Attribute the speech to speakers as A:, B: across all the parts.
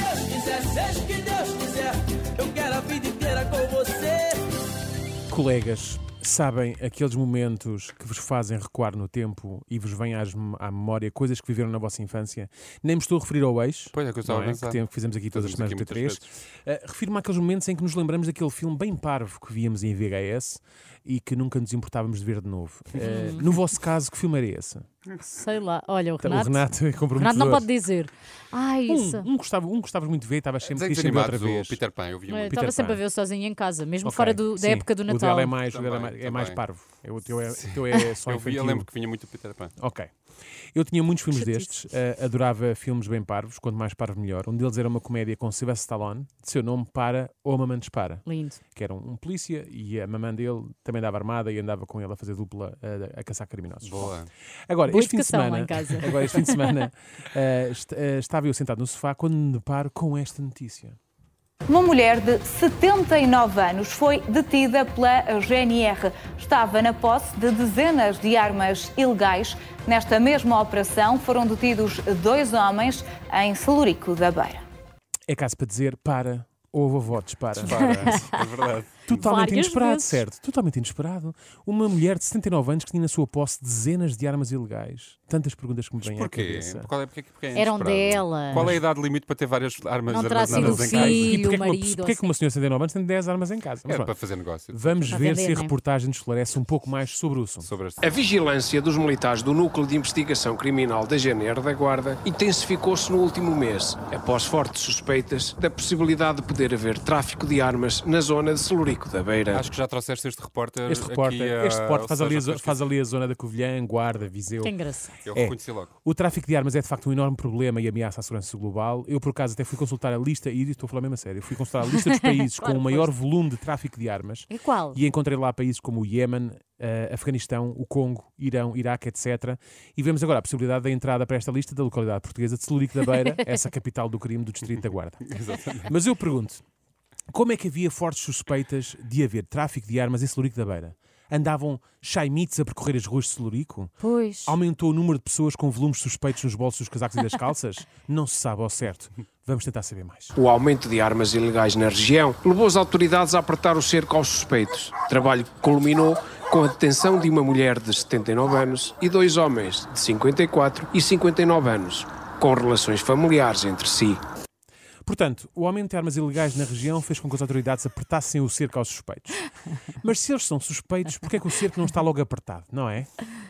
A: Seja o que Deus quiser, eu quero a vida inteira com você.
B: Colegas, sabem aqueles momentos que vos fazem recuar no tempo e vos vêm às- à memória coisas que viveram na vossa infância? Nem me estou a referir ao ex.
C: Pois é, que eu estava
B: não
C: a pensar.
B: Que, tem- que fizemos aqui todas as
C: Fazemos
B: semanas
C: aqui
B: no T3.
C: muitas
B: Ah, Refiro-me àqueles momentos em que nos lembramos daquele filme bem parvo que víamos em VHS e que nunca nos importávamos de ver de novo.
D: Uhum.
B: Ah, no vosso caso, que filme era esse?
D: Sei lá. Olha, o
B: Então, O
D: Renato.
B: Renato é
D: o Renato
B: comprometedor.
D: não pode dizer. Ai, isso. é?
B: um, um, gostava, um gostavas muito de ver, estavas sempre, quis
C: Desenhos
B: sempre ver outra
C: animados,
B: vez.
C: o Peter Pan, eu vi um
D: Eu
C: muito.
D: estava
B: Pan.
D: sempre a ver sozinho em casa, mesmo
B: Ok,
D: fora do- da
B: sim.
D: época do
B: O
D: Natal.
B: dele é mais, o dele é
C: Também,
B: mais, é mais
C: também.
B: parvo. É, o teu é, o teu é só
C: Eu vi, eu
B: infantil.
C: lembro que vinha muito o Peter Pan.
B: Ok. Eu tinha muitos filmes
D: Chatice.
B: destes, ah, adorava filmes bem parvos, quanto mais parvo melhor. Um deles era uma comédia com Sylvester Stallone, de seu nome para O Mamãe Dispara,
D: Lindo.
B: que era um, um polícia e a mamãe dele também dava armada e andava com ele a fazer dupla ah, a caçar criminosos.
C: Boa.
B: Agora,
D: Boa
B: este fim de
D: educação lá
B: semana,
D: em casa.
B: agora, este fim de semana ah, est- ah, estava eu sentado no sofá quando me deparo com esta notícia.
E: Uma mulher de 79 anos foi detida pela GNR. Estava na posse de dezenas de armas ilegais. Nesta mesma operação foram detidos dois homens em Celurico da Beira.
B: É caso para dizer, para, ou vovó dispara.
C: Para, é verdade.
B: Totalmente
D: Várias
B: inesperado,
D: vezes.
B: certo? Totalmente inesperado. Uma mulher de 79 anos que tinha na sua posse dezenas de armas ilegais. Tantas perguntas que me vêm à
C: Porquê?
B: cabeça.
C: Qual é, porque, porque é
D: Eram
C: inesperado?
D: delas.
C: Qual é a idade limite para ter várias armas
D: Não terá
C: armazenadas
D: sido
C: em
D: o
C: casa?
D: filho.
B: E porquê é que uma,
D: marido, assim.
B: porquê é que uma senhora de 79 anos tem 10 armas em casa? Mas
C: Era
B: pronto,
C: para fazer negócio.
B: vamos
D: Para
B: ver
D: vender,
B: se a
D: né?
B: reportagem nos esclarece um pouco mais sobre o assunto.
C: Sobre este...
F: A vigilância dos militares do Núcleo de Investigação Criminal da GNR da Guarda intensificou-se no último mês, após fortes suspeitas da possibilidade de poder haver tráfico de armas na zona de Celurico da Beira.
C: Acho que já trouxeste este repórter.
B: Este
C: aqui,
B: repórter,
C: ah,
B: este repórter faz,
C: ou
B: ali a,
C: seja,
B: zo- faz ali a zona da Covilhã, Guarda, Viseu.
D: Que engraçado.
C: Eu
B: É.
C: reconheci logo.
B: O tráfico de armas é de facto um enorme problema e ameaça à segurança global. Eu, por acaso, até fui consultar a lista, e estou a falar mesmo a sério, fui consultar a lista dos países
D: Claro,
B: com o maior volume de tráfico de armas
D: E qual?
B: E encontrei lá países como o Iémen, eh, Afeganistão, o Congo, Irão, Iraque, etc. E vemos agora a possibilidade da entrada para esta lista da localidade portuguesa de Celurico da Beira, essa capital do crime do Distrito da Guarda. Mas eu pergunto, como é que havia fortes suspeitas de haver tráfico de armas em Celurico da Beira? Andavam chaimites a percorrer as ruas de Celurico?
D: Pois.
B: Aumentou o número de pessoas com volumes suspeitos nos bolsos dos casacos e das calças? Não se sabe ao certo. Vamos tentar saber mais.
F: O aumento de armas ilegais na região levou as autoridades a apertar o cerco aos suspeitos, trabalho que culminou com a detenção de uma mulher de 79 anos e dois homens de 54 e 59 anos, com relações familiares entre si.
B: Portanto, o aumento de armas ilegais na região fez com que as autoridades apertassem o cerco aos suspeitos. Mas se eles são suspeitos, porquê é que o cerco não está logo apertado, não é?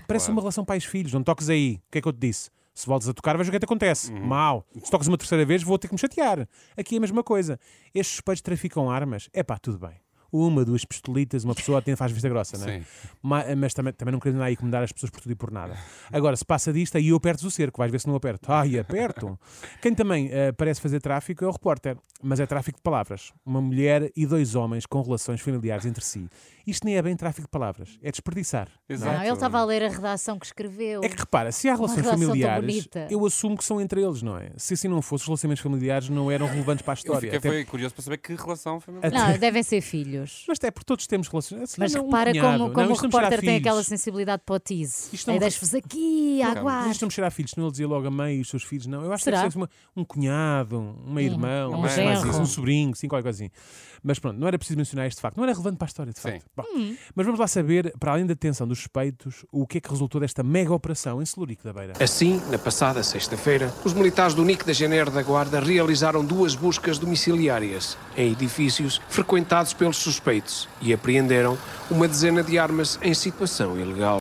B: Parece uma relação pais-filhos, não toques aí. O que é que eu te disse? Se voltas a tocar, vejo o que é que te acontece. Mal. Se tocas uma terceira vez, vou ter que me chatear. Aqui é a mesma coisa. Estes suspeitos traficam armas. É pá, tudo bem. Uma, duas pistolitas, uma pessoa até faz vista grossa, não é?
C: Sim.
B: Ma- Mas, também, também não querendo nada incomodar as pessoas por tudo e por nada. Agora, se passa disto, aí eu aperto o cerco, vais ver se não aperto. Ai, aperto! Quem também eh, parece fazer tráfico é o repórter, mas é tráfico de palavras. Uma mulher e dois homens com relações familiares entre si. Isto nem é bem tráfico de palavras, é desperdiçar.
C: Exato.
D: Não, ele estava a ler a redação que escreveu.
B: É que repara, se há relações
D: relação tão
B: familiares,
D: bonita.
B: eu assumo que são entre eles, não é? Se assim não fosse, os relacionamentos familiares não eram relevantes para a
C: Eu
B: história.
C: fiquei
B: Até-
C: foi curioso para saber que relação foi mesmo.
D: Não, devem ser filhos.
B: Mas é porque todos temos relacionamentos.
D: Mas
B: não, um
D: repara
B: cunhado.
D: como,
B: Não,
D: como o
B: isto não me cheira a
D: repórter tem
B: filhos.
D: aquela sensibilidade para o tease.
B: Isto não
D: Aí
B: me-
D: deixo-vos aqui, a
B: Mas isto
D: aguardar.
B: não me cheira a filhos, senão ele dizia logo a mãe e os seus filhos, não. Eu acho
D: Será?
B: que deve ser uma- um cunhado, uma irmã,
D: um
B: uma coisa mais
D: genro.
B: isso, um sobrinho, sim, qualquer coisa assim. Mas pronto, não era preciso mencionar este facto, não era relevante para a história, de facto.
C: Sim.
B: Bom,
D: Hum.
B: Mas vamos lá saber, para além da detenção dos suspeitos, o que é que resultou desta mega operação em Celurico da Beira.
F: Assim, na passada sexta-feira, os militares do NIC da GNR da Guarda realizaram duas buscas domiciliárias em edifícios frequentados pelos suspeitos e apreenderam uma dezena de armas em situação ilegal.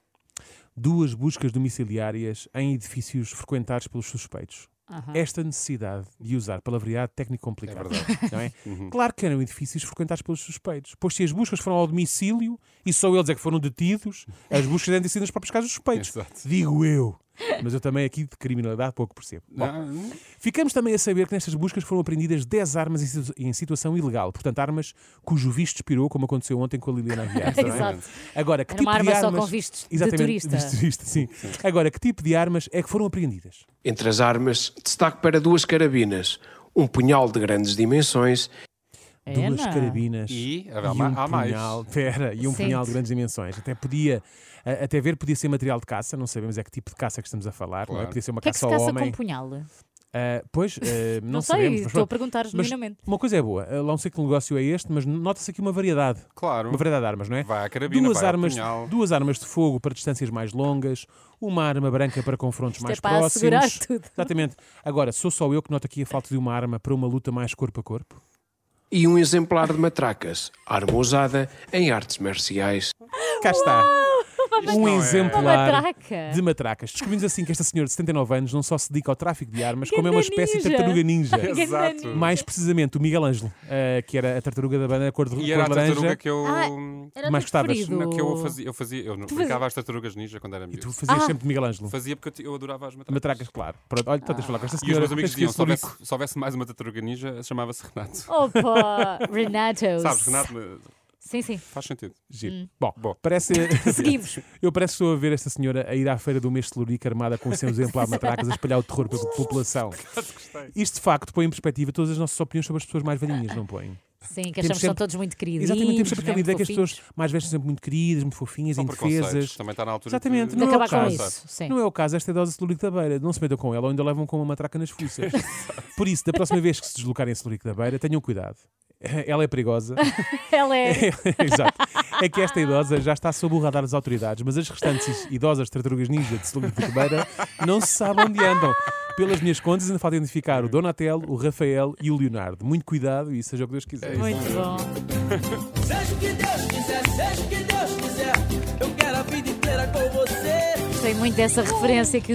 B: Duas buscas domiciliárias em edifícios frequentados pelos suspeitos. Esta necessidade de usar palavreado técnico complicado. não é? Claro que eram edifícios frequentados pelos suspeitos. Pois se as buscas foram ao domicílio e só eles é que foram detidos, as buscas devem ter sido nas próprias casas dos suspeitos.
C: Exato.
B: Digo eu. Mas eu também aqui de criminalidade pouco percebo. Bom,
C: Não,
B: Ficamos também a saber que nestas buscas foram apreendidas 10 armas em situ- em situação ilegal. Portanto, armas cujo visto expirou, como aconteceu ontem com a Liliana Aguiar. não é?
D: Exato.
B: Agora, que
D: Era uma
B: tipo de
D: arma só
B: armas...
D: com vistos de
B: Exatamente,
D: turista.
B: vistos de turista, sim. Agora, que tipo de armas é que foram apreendidas?
F: Entre as armas, destaque para duas carabinas, um punhal de grandes dimensões
D: É,
B: Duas
D: não.
B: carabinas
C: E,
B: e
C: há- há
B: um
C: mais.
B: punhal. Pera, e um
D: Sim.
B: punhal de grandes dimensões. Até podia, a- até ver, podia ser material de caça. Não sabemos é que tipo de caça que estamos a falar. não é?
C: Claro.
B: Podia ser uma
D: O que é que
B: caça
D: se
B: ao
D: caça com
B: homem.
D: punhal?
B: Ah, pois, ah, não,
D: Não sei,
B: sabemos. mas
D: estou
B: pronto.
D: a perguntar
B: Mas
D: genuinamente.
B: Uma coisa é boa, ah, lá não sei que negócio é este, mas nota-se aqui uma variedade.
C: Claro.
B: Uma variedade de armas, não é?
C: Vai à carabina,
B: duas
C: vai ao
B: armas,
C: punhal.
B: Duas armas de fogo para distâncias mais longas, uma arma branca para confrontos mais
D: é para
B: próximos.
D: assegurar tudo.
B: Exatamente. Agora, sou só eu que noto aqui a falta de uma arma para uma luta mais corpo a corpo?
F: E um exemplar de matracas, arma usada em artes marciais.
B: Cá está.
C: não
B: Um
C: é-
B: exemplar
D: Uma matraca.
B: de matracas. Descobrimos assim que esta senhora de 79 anos não só se dedica ao tráfico de armas, como é
D: Ganda
B: uma espécie de
D: ninja.
B: tartaruga ninja.
D: Ganda
C: Exato.
D: ninja.
B: Mais precisamente, o Miguel Ângelo, eh, que era a tartaruga da banda cor de
C: E
B: cor
C: era a tartaruga
B: laranja.
C: que eu.
D: Ah, Era o
B: Mas
D: teu
B: gostavas?
D: preferido.
C: na- que eu fazia. Eu, fazia, eu não brincava às tartarugas ninja quando era
B: E tu
C: miúdo.
B: fazias
D: Ah.
B: sempre de Miguel Ângelo.
C: Fazia porque eu ti- eu adorava as matracas.
B: Matracas, claro. Pronto, olha, então tens de falar com esta
C: E os
B: senhora.
C: meus amigos
B: tens que
C: diziam:
B: ir
C: se houvesse,
B: sobre
C: se houvesse mais uma tartaruga ninja, chamava-se Renato.
D: Opa, Renato.
C: Sabes, Renato, mas
D: Sim, sim.
C: faz sentido.
B: isso. Giro. Tipo, Bom,
C: Bom.
B: parece.
D: Seguimos.
B: Eu parece que estou a ver esta senhora a ir à feira do mês telúrico armada com o seu exemplar de matracas a espalhar o terror pela população. Isto de facto põe em perspectiva todas as nossas opiniões sobre as pessoas mais velhinhas, não põe?
D: Sim, que
B: Temos
D: achamos que são
B: sempre-
D: todos muito queridos. é?
B: Exatamente, temos sempre
D: né?
B: aquela ideia é que as pessoas mais velhas são sempre muito queridas, muito fofinhas,
C: São preconceitos.
B: indefesas.
C: Também está na altura.
B: Exatamente,
C: de-
B: não é o
D: acabar com
B: caso.
D: isso. Sim.
B: Não é o caso, esta é a dose de celulite da beira. Não se metam com ela ou ainda levam com uma matraca nas fuças. Por isso, da próxima vez que se deslocarem a celulite da beira, tenham cuidado. Ela é perigosa.
D: Ela é.
B: Exato. É que esta idosa já está sob o radar das autoridades, mas as restantes idosas tartarugas ninja de celulite da beira não se sabe onde andam. Pelas minhas contas, ainda falta identificar o Donatello, o Rafael e o Leonardo. Muito cuidado e seja o que Deus quiser.
D: Muito bom.
A: Seja o que Deus quiser, seja o que Deus quiser, eu quero a vida inteira com você.
D: Gostei muito dessa referência que